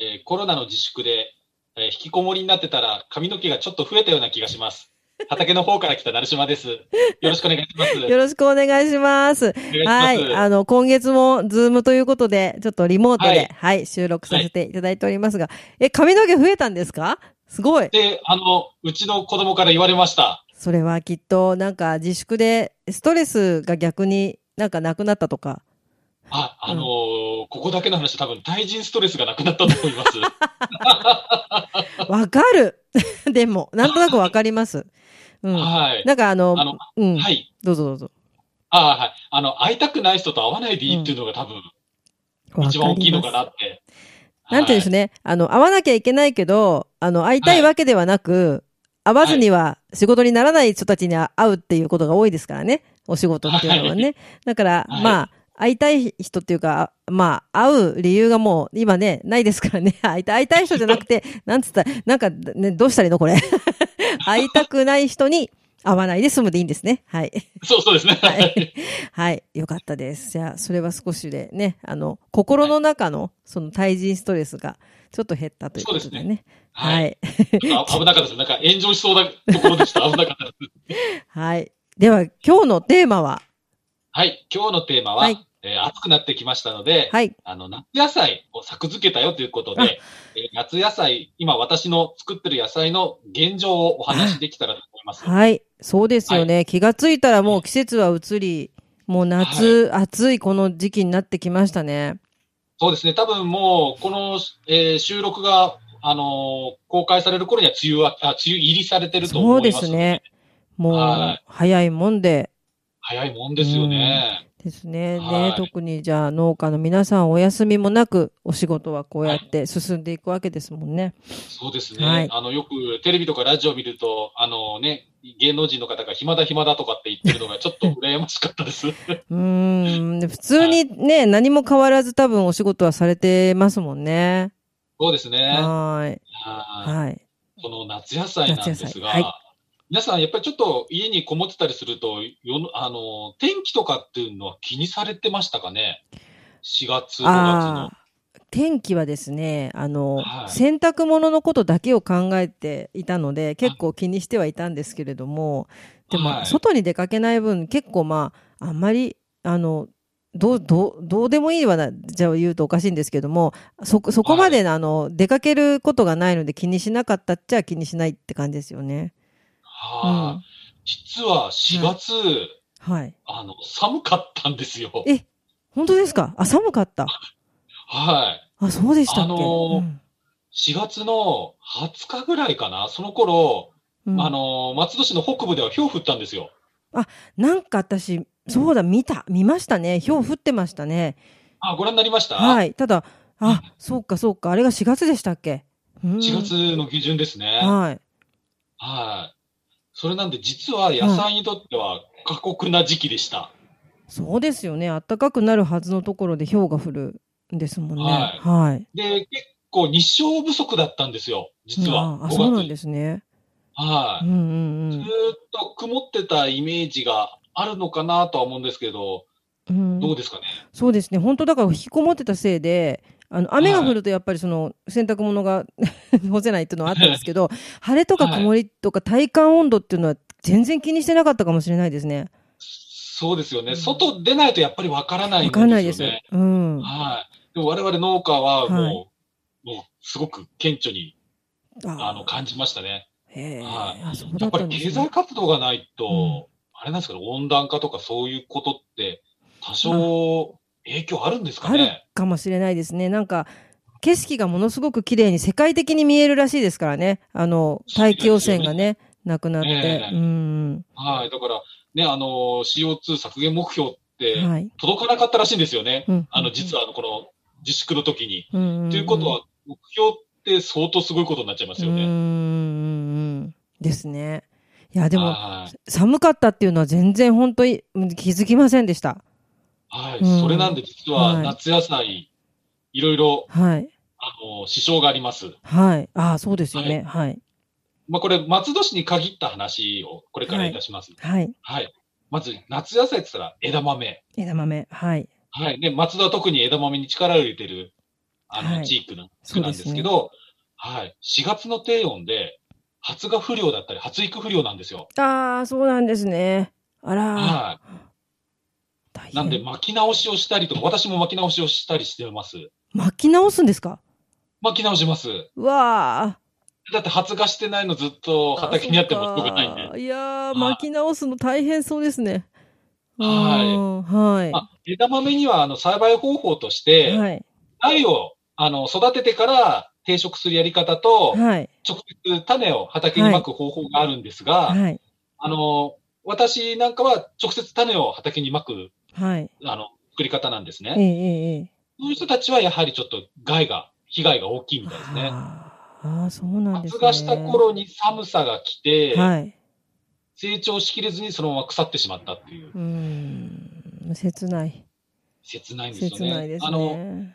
えーコロナの自粛で、えー引きこもりになってたら髪の毛がちょっと増えたような気がします。畑の方から来た成島です。よろしくお願いします。よろしくお願いします。おは願いしい。まあの、今月もズームということで、ちょっとリモートで、ははいい、収録させていただいておりますが、え、髪の毛増えたんですかすごいす。。で、あの、うちの子供から言われました。それはきっと、なんか自粛で、ストレスが逆になんかなくなったとか。あ、あのーここだけの話、多分、対人ストレスがなくなったと思います。わかる でも、なんとなくわかります。うん。はい。なんかあの、あのうん、はい。どうぞどうぞ。あーはい。あの、会いたくない人と会わないでいいっていうのが多分、わ一番大きいのかなかりまって。す。なんていうんでしょうね。あの、会わなきゃいけないけど、あの、会いたいわけではなく、会わずには仕事にならない人たちに会うっていうことが多いですからね。お仕事っていうのはね。だから、はいまあ、会いたい人っていうか、まあ、会う理由がもう今ね、ないですからね。 会いたい、会いたい人じゃなく て、なんつったら、なんか、ね、どうしたらいいのこれ。 会いたくない人に会わないで済むでいいんですね。はい。そうそうですね。ははいい。はい。よかったです。じゃあ、それは少しでね、あの、心の中の、その対人ストレスが、ちょっと減ったということでそうですね。ははいい。ちょっと危なかったです。なんか炎上しそうなところでした。危なかったです。はい。では、今日のテーマは、はい。今日のテーマは、はいえー暑くなってきましたので、はい。あの、夏野菜を作付けたよということあで、えー夏野菜、今私の作ってる野菜の現状をお話しできたらと思います。はい。そうですよね。気がついたらもう季節は移り、もう夏、暑いこの時期になってきましたね。そうですね。多分もう、この、えー収録が、あのー公開される頃には梅雨は、あ、梅雨入りされてるとそう思いでます。す。ね。もうは、早いもんで、早いもんですよね。ですね。はねい特にじゃあ農家の皆さんお休みもなくお仕事はこうやって進んでいくわけですもんね。そうですね。はいあの、よくテレビとかラジオ見ると、あのね、芸能人の方が暇だ暇だとかって言ってるのがちょっと羨ましかっ たです。うーん。で普通にね、何も変わらず多分お仕事はされてますもんね。そうですね。はーい。はいはい。この夏野菜なんです夏野が、菜はい皆さんやっぱりちょっと家にこもってたりすると、よのあの天気とかっていうのは気にされてましたかね ?4 月、5月あの。あ。天気はですね、あの、はい洗濯物のことだけを考えていたので、結構気にしてはいたんですけれども、でも、はい外に出かけない分、結構まあ、あんまり、あの、どう、どう、どうでもいいはな、じゃあ言うとおかしいんですけども、そこ、そこまでの、あの、出かけることがないので気にしなかったっちゃ気にしないって感じですよね。はあうん実は4月、はい。あの寒かったんですよ。え本当ですかあ、寒かった。はい。あ、そうでしたっけ、あのーうん4月の20日ぐらいかな、その頃、うんあの松戸市の北部では氷降ったんですよ。なんか私、そうだ、見た、見ましたね。氷降ってましたね。あ、ご覧になりました、はい。ただ、あ、そうか、そうか。あれが4月でしたっけ ?4 ?4 月の下旬ですね。はい。はい。それなんで、実は野菜にとっては過酷な時期でした。そうですよね。暖かくなるはずのところで氷が降るんですもんね。はいはい。で、結構日照不足だったんですよ、実は。あ、そうなんにですね。はうい。んうずーんっと曇ってたイメージがあるのかなとは思うんですけど、うん。うどん、うですかね。そうですね。本当だから引きこもってたせいで、あの、雨が降るとやっぱりその洗濯物が 干せないっていうのはあったんですけど、晴れとか曇りとか体感温度っていうのは全然気にしてなかったかもしれないですね。そうですよね。うん外出ないとやっぱりわからないわんかんないでですすよね。。うん。はい。でも我々農家はもう、はいもうすごく顕著にあの感じましたね。へえ、はいあ、そうだやっっぱたんりで経す済ね。活動がないと、うんあれなんですかね、温暖化とかそういうことって、多少影響あるんですかあるね。かもしれないですね。なんか、景色がものすごく綺麗に世界的に見えるらしいですからね。あの、大気汚染がね、なくなって。ええうん。はい。だから、ね、あの、CO2 削減目標ってはい。届かなかったらしいんですよね。うんあの、実は、あの、この自粛の時に。は、ということは、目標って相当すごいことになっちゃいますうーよね。ん。ですね。いや、でも、はい。寒かったっていうのは全然本当にうん気づきませんでした。はい。うんそれなんで実ははい夏野菜、いろいろ、はい。あの、支障があります。はい。ああ、そうですよね。はい。まあ、これ、松戸市に限った話をこれからいたします。はい。はい。まず、夏野菜って言ったら枝豆。枝豆。はい。はい。で、松戸は特に枝豆に力を入れてる、あの、はい地域のそ区うなんでですねすけど、はい。4月の低温で、発芽不良だったり、発育不良なんですよ。ああ、そうなんですね。あら、は大い。なんで、変。巻き直しをしたりとか、私も巻き直しをしたりしてます。巻き直すんですか巻き直します。うわあ。だって発芽してないのずっと畑にあってもしょうがないんで。いやー、い巻き直すの大変そうですね。ははい。まはあ、枝豆にはあの栽培方法として、い。はい。苗をあの育ててから定食するやり方と、はい。直接種を畑にまく方法があるんですが、はい。あの、私なんかは直接種を畑にまく、はい。あの、作り方なんですええね。ええ。そういう人たちはやはりちょっと害が、被害が大きいみたいですね。あーあー、そうなんです発ね。芽した頃に寒さが来て、はい。成長しきれずにそのまま腐ってしまったっていうう、ーん、切ない。切ないんですよね。切ないですあの、ね。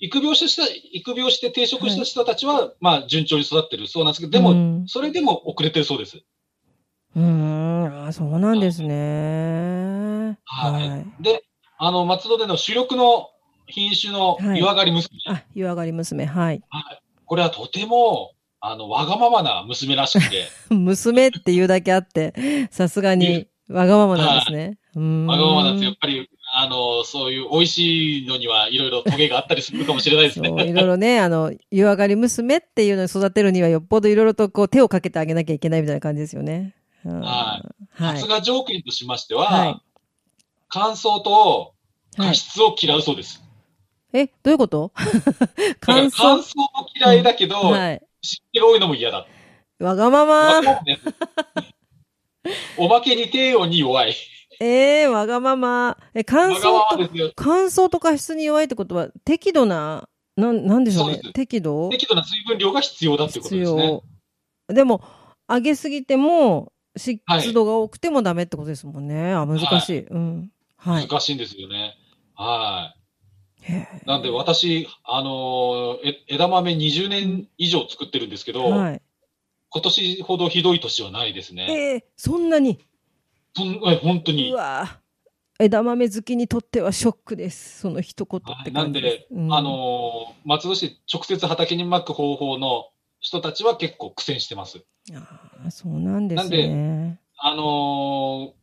育苗してした、育苗して定食した人たちは、まあ順調に育ってるそうなんですけど、でも、うん、それでも遅れてるそうです。うーん、あーそうなんですね。はいはい。で、あの、松戸での主力の品種の湯上がり娘。あ、湯上がり娘、はい。 これはとても、あの、わがままな娘らしくて、娘っていうだけあって、さすがに、わがままなんですね。うーん。わがままなんですよ。やっぱり、あの、そういう美味しいのにはいろいろトゲがあったりするかもしれないですそね。う、いろいろね、あの、湯上がり娘っていうのに育てるにはよっぽどいろいろとこう手をかけてあげなきゃいけないみたいな感じですよね。うんははい発。芽条件としましては、はい乾燥とは加い。湿を嫌うそうです。え、どういうこと だから感乾想燥も嫌いだけど、はい。湿気が多いのも嫌だ。わがままわがままねおまけに低温に弱い。ええわがまま。え、乾わ燥がままと、ですよ。乾燥と加湿に弱いってことは、適度な、なん、なんでしょうねそうです。適度適度な水分量が必要だってこと必ですね。要。でも、上げすぎても、湿度が多くてもダメってことですもんね。あ、難しい。うん。はい。難しいんですよね。はへえい。なんで私、あのーえ枝豆20年以上作ってるんですけど、はい。今年ほどひどい年はないですね。ええそんなに。そんえ本当にう。わ枝豆好きにとってはショックです。その一言っはていなん感じでで、す。うんあのー松戸市直接畑にまく方法の人たちは結構苦戦してます。あーそうなんですね。あの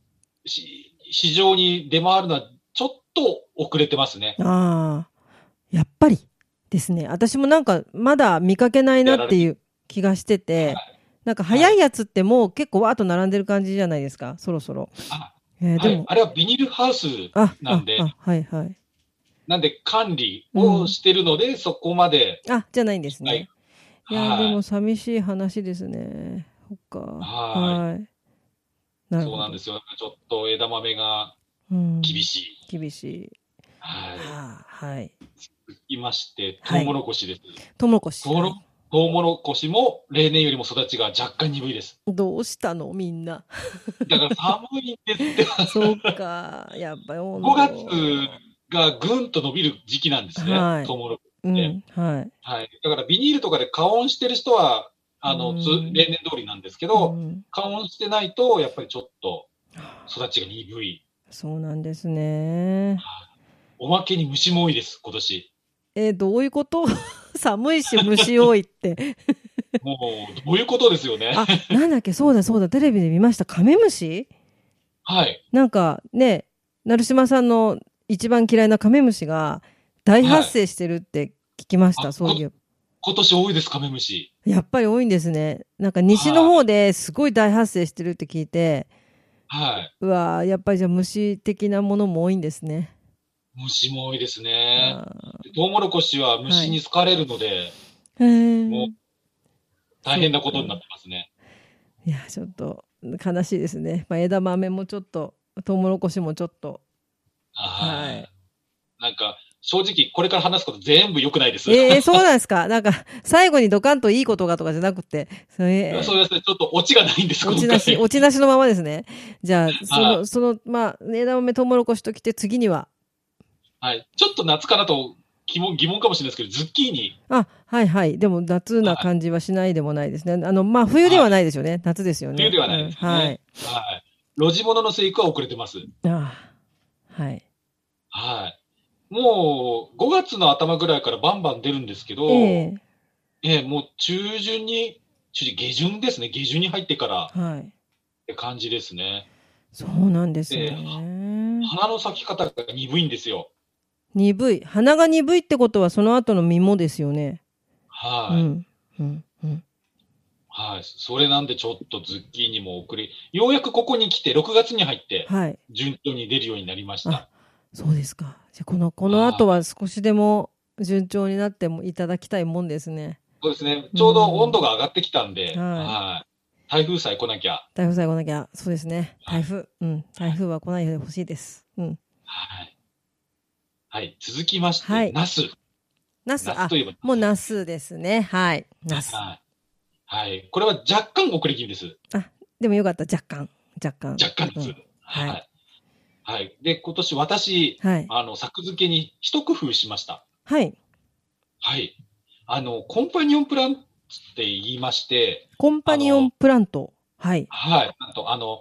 ーし市場に出回るのはちょっと遅れてますね。ああ、やっぱりですね。私もなんかまだ見かけないなっていう気がしてて、なんか早いやつってもう結構わーっと並んでる感じじゃないですか、そろそろ。あえーはでいも、、あれはビニールハウスあ、なんであ、あはいはい。なんで管理をしてるので、そこまで。あ、じゃないんですね。はいい、やー、はいでも寂しい話ですね。そっか。。はいなるほそうど。なんですよ。ちょっと枝豆がうん厳しい。い。厳しい。はあーはい。い。いまして、はいトウモロコシです。トウモロコシト。ウモロトウモロコシも例年よりも育ちが若干鈍いです。どうしたのみんな。だから寒いんですって。そうか。やっぱり温5月がぐんと伸びる時期なんですね。はいトウモロコシ。うん。はい。はい。だからビニールとかで加温してる人は、あうの、んつ例年通りなんですけど、うん加温してないと、やっぱりちょっと育ちが鈍い。そうなんですね。おまけに虫も多いです、今年。えどういうこと 寒いし虫多いって。もう、どういうことですよね。あ、なんだっけ、そうだそうだ、テレビで見ました。カメムシはい。なんかね、成島さんの一番嫌いなカメムシが大発生してるって聞きました、はいそういう。今年多いです、カメムシ。やっぱり多いんですね。なんか西の方ですごい大発生してるって聞いて、はい。うわーやっぱりじゃあ虫的なものも多いんですね。虫も多いですね。あトウモロコシは虫に好かれるので、ーへーもう大変なことになってますね。いやちょっと悲しいですね、まあ、枝 豆もちょっとトウモロコシもちょっとはい。なんか、正直、これから話すこと全部良くないです。ええそうなんですか。なんか、最後にドカンといいことがとかじゃなくて、それそうですね。ちょっとオチがないんです、落ち今な回 し、落ちなしのままですね。じゃあ、そはの、その、まあ、枝豆とうもろこしときて、次には、はい。ちょっと夏かなと疑問疑問かもしれないですけど、ズッキーニ。あ、はいはい。でも、夏な感じはしないでもないですね。あの、まあ、冬ではないですよね。夏ですよね。冬ではないですねうんはい。はい。路地物の生育は遅れてます。ああはい。はい。もう、5月の頭ぐらいからバンバン出るんですけど、ええええもう中旬に、中旬、下旬ですね。下旬に入ってからっはい。て感じですね。そうなんですよえね。花の咲き方が鈍いんですよ。鈍い。鼻が鈍いってことは、その後の身もですよね。はい。うん。うん。うん。はい。それなんでちょっとズッキーニも遅れ、ようやくここに来て、6月に入って、はい。順調に出るようになりましあた。そうですか。じゃあこの、この後は少しでも順調になってもいただきたいもんですね。そうですね。ちょうど温度が上がってきたんで、うんはいはい。台風さえ来なきゃ、台風さえ来なきゃ、そうですね。は台い風。うん。台風は来ないでほしいです。うん。はい。はい。続きまして、はいナス。ナス、ナスあと、いえば、もうナスですね。はい。ナス。はい。はい。これは若干遅れ気味です。でもよかった。若干。若干。若干です。うんはい、ははい。で、今年私、はい。あの、作付けに一工夫しました。はい。はい。あの、コンパニオンプランツって言いまして、コンパニオンプラント。はい。はい。なんと、あの、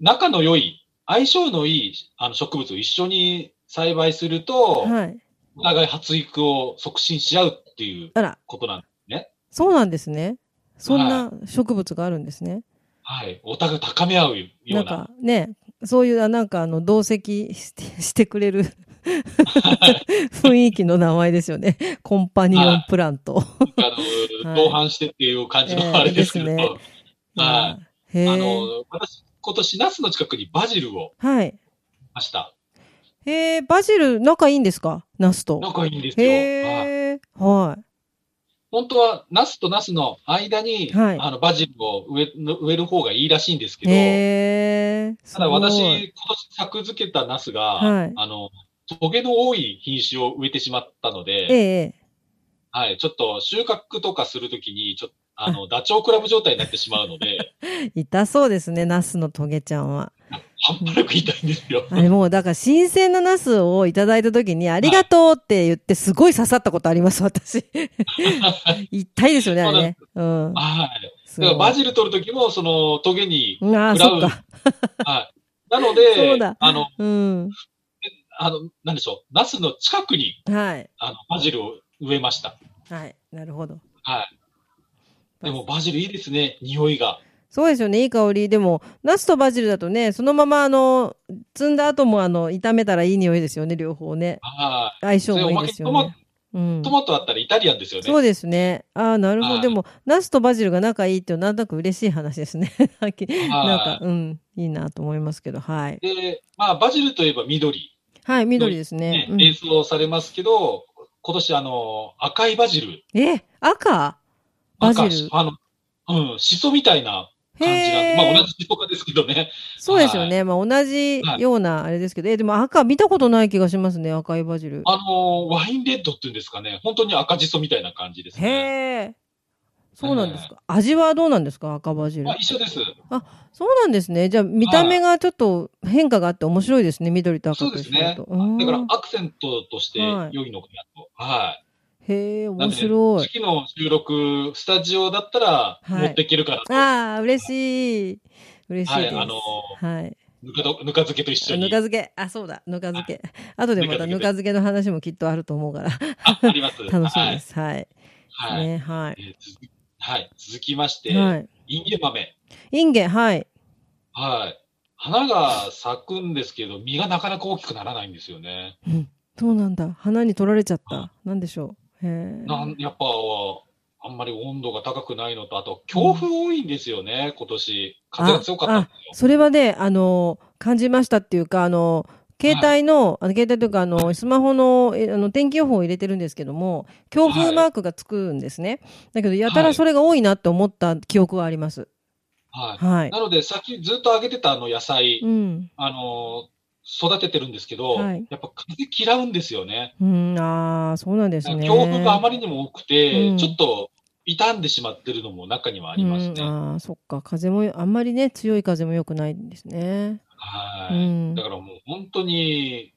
仲の良い、相性のいいあの植物を一緒に栽培すると、はい。お互い発育を促進し合うっていうあら、ことなんです。そうなんですね。そんな植物があるんですね。はい。お互い高め合うようなな。んかね、そういう、あなんかあの、同席してしてく れる雰囲気の名前ですよね。コンパニオンプラント。あ の、はい同伴してっていう感じええのあれですけど、ですねはうんへあえ。の、私、今年、ナスの近くにバジルをはい。ました。へえ、バジル仲いいんですかナスと。仲いいんですよ。はいへえ。は本当は、ナスとナスの間に、はいあの、バジルを植え植える方がいいらしいんですい。けど、へえ。すただごい私、今年作付けたナスが、はいあの、トゲの多い品種を植えてしまったのえで、え。はい、ちょっと収穫とかするときに、ちょっと、あの、ダチョウ倶楽部状態になってしまう ので、痛そうですね、ナスのトゲちゃんは。半端なく痛いんですよ。あれもう、だから新鮮なナスをいただいた時に、ありがとうって言って、すごい刺さったことあります、私。痛いですよね、あれね。うん。はい。すだごからいバジル取るときも、その、トゲ に、うんああ、ブラそウっンか。はい。なのそうでだ、あの、うん。あの、なんでしょう、ナスの近くに、はい。あの、バジルを植えました。はい。なるほど。はい。でも、バジルいいですね、匂いが。そうですよね、いい香り。でも、ナスとバジルだとね、そのまま、あの、摘んだ後も、あの、炒めたらいい匂いですよね、両方ね。は相性もいいですよそれおまね。うんい。トマトあったらイタリアンですよね。そうですね。ああ、なるほはど。いでも、ナスとバジルが仲いいっていうのはなんとなく嬉しい話ですね。 なんか、なんかうん、いいなと思いますけど、はい。で、まあ、バジルといえば緑、はい、緑ですねね。、うベーん、スをされますけど、今年、あの、赤いバジル、え、赤バジ赤、ル。あの、うん、シソみたいな感じなんで、へまあ、同え。じシソ科ですけどね。 そうですよね。まあ、同じような、あれですけど、え、でも赤見たことない気がしますね、赤いバジル。あの、ワインレッドっていうんですかね、本当に赤じそみたいな感じですへね。え。そうなんですか。味はどうなんですか、赤バジルまあ、。一緒です。そうなんですね。じゃあ、見た目がちょっと変化があって面白いですね、緑と赤と一緒だと。うんだからアクセントとして良いのかなと。はい。へえ、な面ので白い。次の収録、スタジオだったらはい持っていけるからと、ああ、嬉しい。嬉しいです。はいあのはい。ぬかどぬか漬けと一緒あぬにか。漬け。あ、そうだ。ぬか漬け。後でまたぬぬかか漬けの話もきっとあると思うから、ああります。 楽しみです。はい。はい。はいね、はえい。ー続きはい続きまして、はい。インゲン豆。インゲン、はい。はい。花が咲くんですけど、実がなかなか大きくならないんですよね。そうなんだ。花に取られちゃった。なんでしょう。へえ。なんやっぱ、あんまり温度が高くないのと、あと、強風多いんですよね、今年。風が強かったんですよ。それはね、あの、感じましたっていうか、あの、携帯の、あの携帯というか、あの、スマホの、えあの、天気予報を入れてるんですけども、強風マークがつくんですね。だけど、やたはらいそれが多いなって思った記憶はあります。はい。はい。なので、さっきずっと上げてたあの野菜、うん。あのー育ててるんですけど、はいやっぱ風嫌うんですよね。うん、ああ、そうなんですね。強風があまりにも多くて、うんちょっと傷んでしまってるのも中にはありますね。うん、ああ、そっか。風も、あんまりね、強い風も良くないんですね。はい、うんだからもう本当に、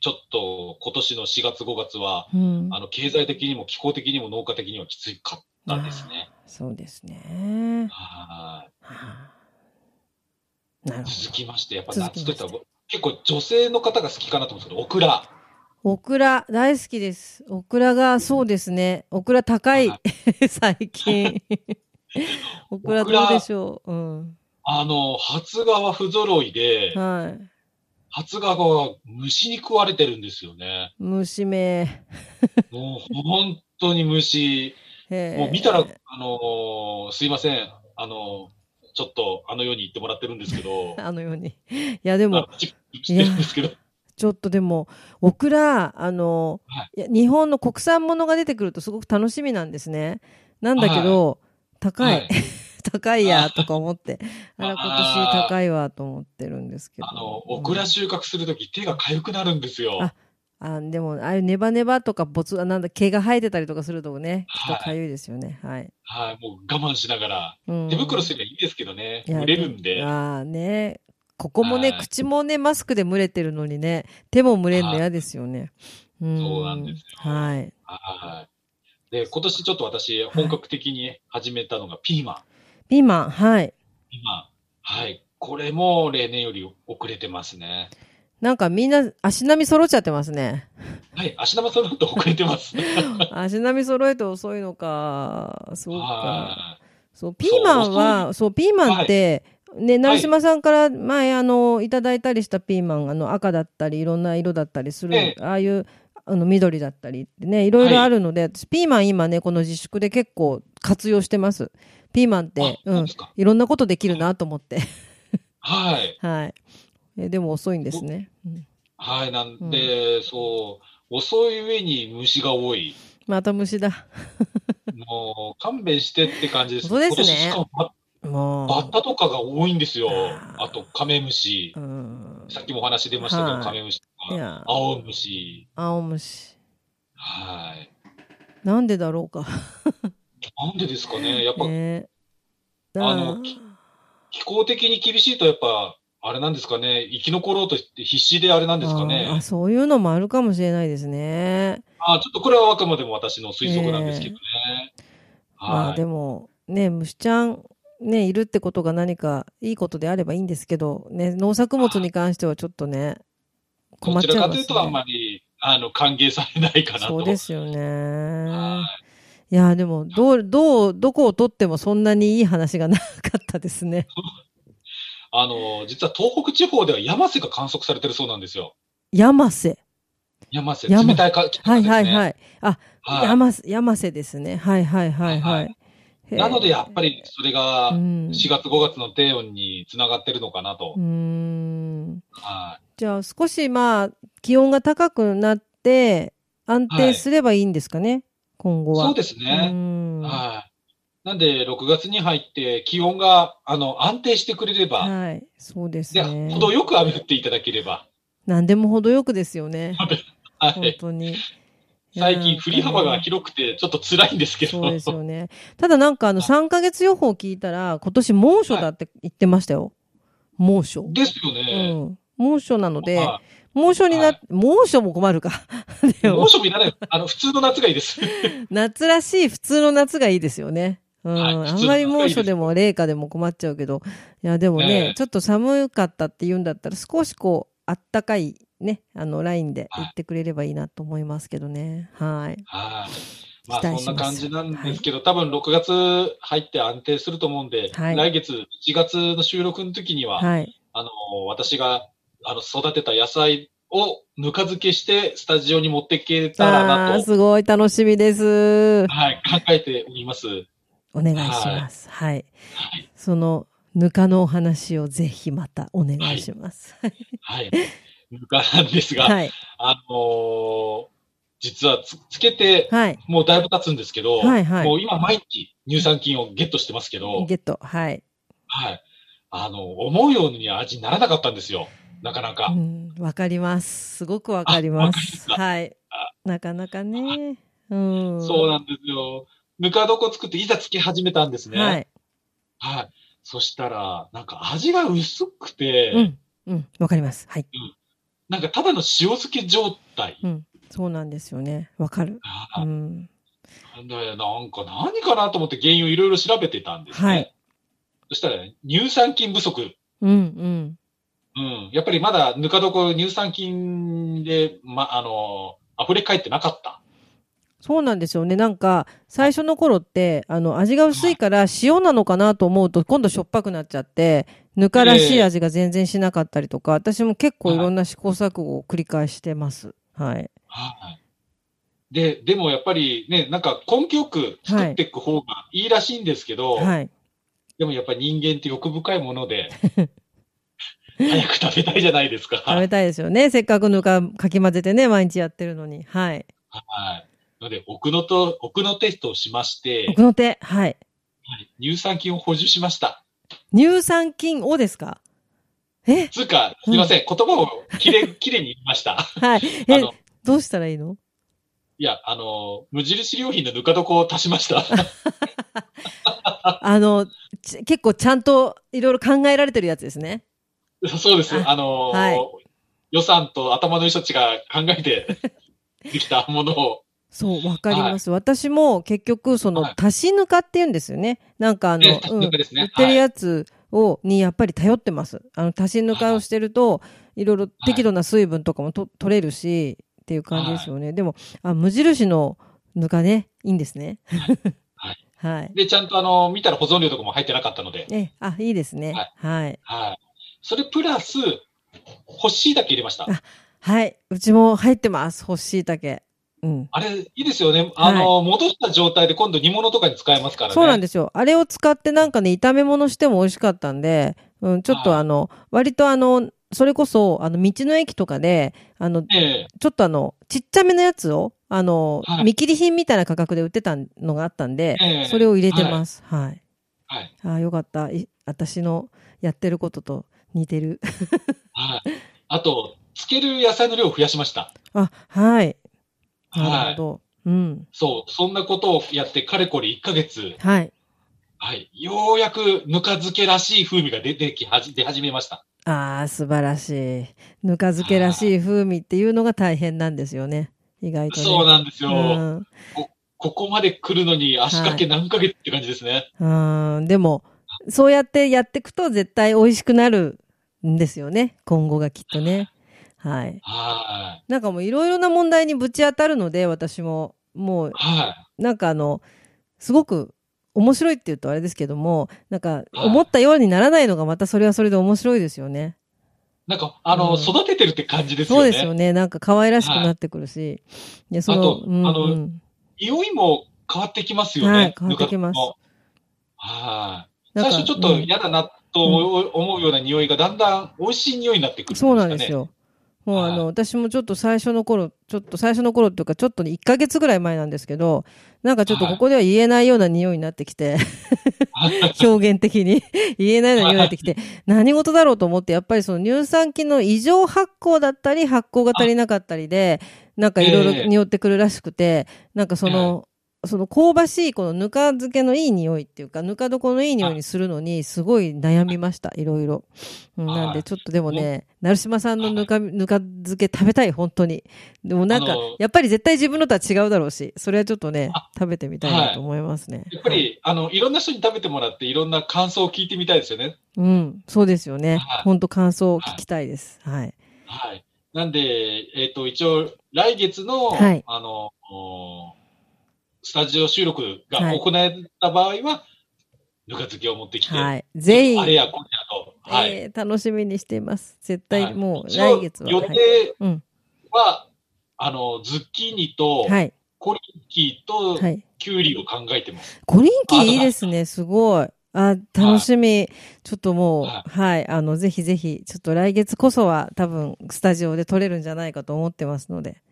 ちょっと今年の4月5月は、うん。あの、経済的にも気候的にも農家的にはきつかったんですね。そうですね。はい。はあなるほ続ど。きまして、やっぱ続き夏とまいっしてたら、結構女性の方が好きかなと思うんですけど、オクラ。オクラ、大好きです。オクラが、そうですね。オクラ高いは。 最 近。オクラどうでしょう。うん。あの、発芽は不揃いで、はい。発芽が虫に食われてるんですよね。虫目。もう本当に虫。へえもう見たら、あのーすいません。あのーちょっとあの世に行ってもらってるんですけ ど、あのように。いや、でまあも、プチプチしてるんですけど、ちょっとでも、オクラ、あの、はいや日本の国産ものが出てくるとすごく楽しみなんですね。なんだけど、高い、はい 高いや、とか思って。あら、あー今年高いわ、と思ってるんですけど。あの、オクうラん収穫するとき手が痒くなるんですよ。ああでも、ああいうネバネバとか、ボツ、あなんだ、毛が生えてたりとかするとね、きはいっとかゆいですよね。はい。はい、もう我慢しながら。うん手袋すればいいですけどね、いや蒸れるんで。ああね。ここもね、はい口もね、マスクで蒸れてるのにね、手も蒸れるの嫌ですよね。うん。そうなんですよはい。はい。で、今年ちょっと私、本格的に始めたのがピーマン。ピーマン、はい。ピーマン。はい。これも例年より遅れてますね。なんかみんな足並み揃っちゃってます ね。はい。足玉さんだと遅れて ます。足並み揃えて遅いのか。そうか。はそう、ピーマンは、そう、ピーマンって、ね、成島さんから前、あの、いただいたりしたピーマン、あの、赤だったり、いろんな色だったりする、えああいう、あの、緑だったりってね、いろいろあるので、私、ピーマン今ね、この自粛で結構活用してます。ピーマンっい。て、あうそうんで、すかいろんなことできるなと思って。 はい。はい。えでも遅いんですね。うんはい。なんで、そう、遅い上に虫が多い。また虫だ。もう、勘弁してって感じです。本当ですね今年しかもバもう。バッタとかが多いんですよ。あーあと、カメムシう。ん。さっきもお話出ましたけはど、いカメムシといか、や、アオウムシ。青虫。はい。なんでだろうか。なんでですかね、やっぱねあのき気候的に厳しいと、やっぱあれなんですかね、生き残ろうとして必死であれなんですかあーあね、そういうのもあるかもしれないですね。あちょっとこれはあくまでも私の推測なんですけどね。まあはいでも、ね、虫ちゃん、ね、いるってことが何かいいことであればいいんですけど、ね、農作物に関してはちょっとね、困どっちちらゃいかますといねうと、あんまりあの歓迎されないかなと。そうですよねは。いや、でも、どう、どう、どこを取ってもそんなにいい話がなかったですね。あの実は東北地方では山瀬が観測されてるそうなんですよ。山瀬。山瀬、山冷たいか、北は風いですねはいはい。あ、はい山瀬、山瀬ですね。はいはいはいははいい。へーなので、やっぱりそれがうん4月、5月の低温につながってるのかなと。うーんはいじゃあ少しまあ気温が高くなって安定すればいいんですかね、今後は。そうですね。うーんははい。なんで、6月に入って気温があの安定してくれれば、い、そうですで、ね。程よく雨降っていただければ、何でも程よくですよね。は本い。当に。最近、振り幅が広広くて、ちょっと辛いんですけど、そうですよね。ただなんかあの3ヶ月予報聞いたら今年猛暑だって言ってましたよ。猛暑。ですようね。ん。猛暑なので、は猛暑にな、はい猛暑も困る か。いでも 猛暑日にならない、あの、普通の夏がいいです。夏らしい普通の夏がいいですよね。うん、はいあんまり猛暑でも冷夏でも困っちゃうけど、いや、でもね、ええちょっと寒かったって言うんだったら、少しこう、あったかいね、あの、ラインで言ってくれればいいなと思いますけどね。はい。はい。ま期あ、待しますそんな感じなんですけど、多分6月入って安定すると思うんで、はい来月、1月の収録の時には、はい。あの、私が、あの、育てた野菜をぬか漬けして、スタジオに持っていけたらあなーと、すごい楽しみ です。はい、考えております。お願いします。はい。はいその、ぬかのお話をぜひまたお願いします。はい。ぬかなんですが、はい。あのー実はつつけて、はい。もうだいぶ経つんですけど、はいはいもう今毎日乳酸菌をゲットしてますけど、ゲット。はい。はい。あの、思うように味にならなかったんですよ。なかなうか。ん、わかります。すごくわかりま。あわかりますすかはい。なかなかね。うん。そうなんですよ。ぬか床作っていざつけ始めたんですね。ははい。い。そしたら、なんか味が薄くて、うん。うん。わかります。はい。なんかただの塩漬け状態。そうなんですよね。わかる。あうーん。でなんか何かなと思って原因をいろいろ調べてたんですね。はいそしたらね、乳酸菌不足。うん。うん。うん。やっぱりまだぬか床乳酸菌で、ま、あの、溢れ返ってなかった。そうなんですよね。なんか、最初の頃って、あの、味が薄いから塩なのかなと思うと、今度しょっぱくなっちゃって、ぬからしい味が全然しなかったりとか、私も結構いろんな試行錯誤を繰り返してます。はい。はい。で、でもやっぱりね、なんか根気よく作っていく方がいいらしいんですけど、はい。でもやっぱり人間って欲深いもの で、早く食べたいじゃないですか。食べたいですよね。せっかくぬかかき混ぜてね、毎日やってるのに。はい。はい。なので、奥のと、奥のテストをしまして、奥の手。はい。はい乳酸菌を補充しました。乳酸菌をですかえつうか、すいません、言葉をきれ、きれいに 言いました。あはい。えの、、どうしたらいいのいや、あの、無印良品のぬか床を足しました。 あの、ち結構ちゃんといろいろ考えられてるやつですね。そうです。ああの、はい予算と頭の人たちが考えて できたものを。そう、わかります。私も結局、そのはい、足しぬかって言うんですよね。なんかあの、ね、うんぬかです売っね。てはるい。やつを、にやっぱり頼ってます。あの、足しぬかをしてると、いろいろ適度な水分とかもと取れるし、っていう感じですよね。でも、あ、無印のぬかね、いいんですね。はい はい。で、ちゃんとあの、見たら保存料とかも入ってなかったので。え、あ、いいですねはい。はい。はい。それプラス、干しだけ入れましたあ。はい。うちも入ってます。干しいたけ。うん。あれ、いいですよね。あの、戻した状態で今度煮物とかに使えますからね。そうなんでですよ。あれを使ってなんかね、炒め物しても美味しかったんで、うん、ちょっとはいあの、割とあの、それこそ、あの、道の駅とかで、あの、す。ええちょっとあの、ちっちゃめのやつを、あの、はい見切り品みたいな価格で売ってたのがあったんで、ええそれを入れてます。はい。はい。ああ、よかった。い私のやってることと似てる。 はい。あと、漬ける野菜の量を増やしました。あ、はい。なるはほい。ど。うん。そう、そんなことをやって、かれこれ1ヶ月、はい。はい。ようやくぬか漬けらしい風味が出てきはじ、出始めました。ああ、素晴らしい。ぬか漬けらしい風味っていうのが大変なんですよね。意外と、ね。そうなんですよ。うんここまで来るのに足掛け何ヶ月って感じですね。うん。でも、そうやってやっていくと絶対美味しくなるんですよね。今後がきっとね。はい。はい。なんかもういろいろな問題にぶち当たるので、私も、もう、はなんかあの、すごく面白いって言うとあれですけども、なんかはい思ったようにならないのがまたそれはそれで面白いですよね。い。なんか、あの、うん育ててるって感じですそようね。ですよね。なんか可愛らしくなってくるし。い、や、その、あとうんあのうん匂いも変わってきますよね。はい変わってきますぬか床のはい。なんか最初ちょっと嫌だなと思う思うような匂いがだんだん美味しい匂いになってくうんるそうなんですかね。よ。もうあはいの、私もちょっと最初の頃、ちょっと最初の頃っていうか、ちょっと1ヶ月ぐらい前なんですけど、なんかちょっとここでは言えないような匂いになってきて、 表現的に 言えないような匂いになってきて、何事だろうと思って、やっぱりその乳酸菌の異常発酵だったり、発酵が足りなかったりで、なんかいろいろ匂ってくるらしくて、なんかその、その香ばしいこのぬか漬けのいい匂いっていうか、ぬか床のいい匂いにするのに、すごい悩みました、いろいろ。うんはいなんで、ちょっとでもね、成島さんのぬか、ぬか漬け食べたい、本当に。でもなんかあの、やっぱり絶対自分のとは違うだろうし、それはちょっとねあ、食べてみたいなと思いますね。やっぱり、あの、いろんな人に食べてもらって、いろんな感想を聞いてみたいですよね。うん、そうですよねは。い本当感想を聞きたいです。はい。はい。なんで、えっ、と、一応、来月の、はいあの、おスタジオ収録が行われた場合は、ぬか漬けを持ってきて、はい。ぜひ、あれやこれやと、はい。えー楽しみにしています。絶対もう一応来月は。予はい。定うん。は、あの、ズッキーニと、はい。コリッキーと、はい。キュウリを考えてます。コリンキーいいですね。すごい。あ、楽しみ。ちょっともう、ははい。あの、ぜひぜひ、ちょっと来月こそは多分、スタジオで撮れるんじゃないかと思ってますので、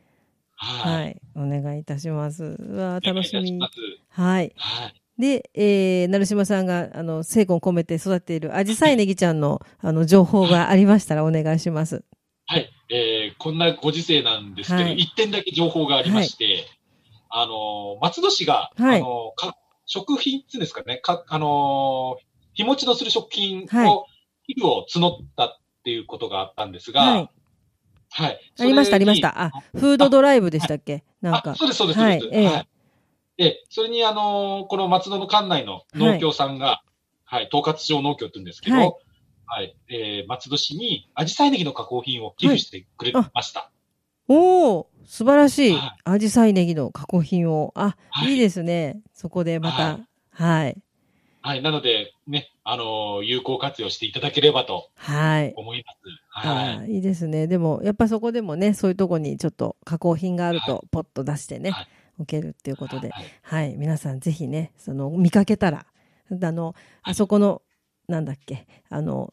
はい。はい。お願いいたします。うわーお願い楽いしたしみま。すはい。はい。で、えー、成島さんが、あの、精魂込めて育っている、アジサイネギちゃんの、あの、情報がありましたらお願いします。はい、えーこんなご時世なんですけど、はい一点だけ情報がありまして、あのー松戸市が、はいあのーか食品っていうんですかね、かあのー日持ちのする食品を、はい寄付を募ったっていうことがあったんですが、ははいい。。ありました、あそれりにまし。た。あ、フードドライブでしたっけなんあか、。そうです、そうです、はいそうええです。はい。で、それに、あのーこの松戸の管内の農協さんが、はい、統括上農協って言うんですけど、ははいい、えー松戸市に、アジサイネギの加工品を寄付してくれました。おー、素晴らしいは。アジサイネギの加工品を。あ、はいいいですね。そこでまた。はい。はい。なので、ね、あのー有効活用していただければとはい。思います。はい。あーいいですね。でも、やっぱそこでもね、そういうとこにちょっと加工品があるはと、ポッと出してねはい、置けるっていうことで。はいはい。皆さん、ぜひね、その、見かけたら、あの、あそこの、なんだっけ、あの、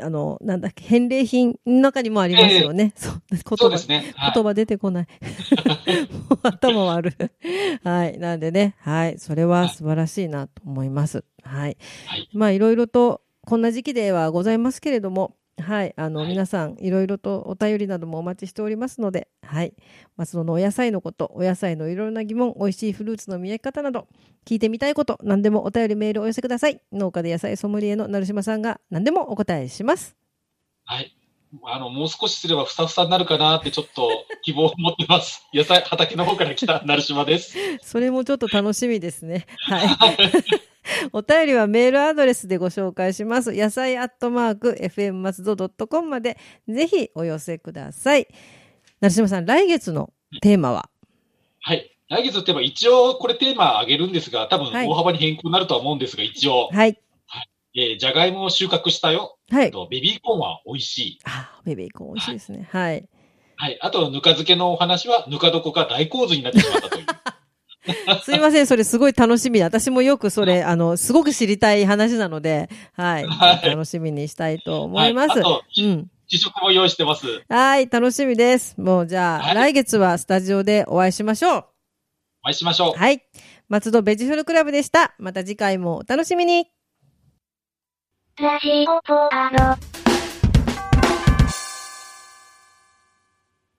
あの、なんだっけ、返礼品の中にもありますよね。そう、言葉そうですね。はい言葉出てこ ない。もう頭悪い。はい。なんでね、はい。それは素晴らしいなと思います。はい。はいまあ、いろいろと、こんな時期ではございますけれども、はい。あの、はい皆さん、いろいろとお便りなどもお待ちしておりますので、はい。松戸のお野菜のこと、お野菜のいろいろな疑問、美味しいフルーツの見分け方など、聞いてみたいこと、何でもお便りメールお寄せください。農家で野菜ソムリエの成島さんが何でもお答えします。はい。あの、もう少しすればふさふさになるかなってちょっ と希望を持ってます。野菜、畑の方から来た、成島です。それもちょっと楽しみです ね。はい。お便りはメールアドレスでご紹介します。野菜アットマーク FM 松戸ドットコムまでぜひお寄せください。成島さん、来月のテーマははい。来月といえば一応これテーマ上げるんですが、多分はい大幅に変更になるとは思うんですが、一応、はい。えー、じゃがいもを収穫したよ。はい。とベビーコーンは美味しい。あー、ベビーコーン美味しいですね。はい。はい。あと、ぬか漬けのお話は、ぬか床が大洪水になってしまったという。すいません。それすごい楽しみで。私もよくそれ、あの、すごく知りたい話なので、はい。はい楽しみにしたいと 思います。はい、あと、うん。試食も用意してます。はい。楽しみです。もうじゃあ、はい来月はスタジオでお会いしましょう。お会いしましょう。はい。松戸ベジフルクラブでした。また次回もお楽しみに。ラジオポアド。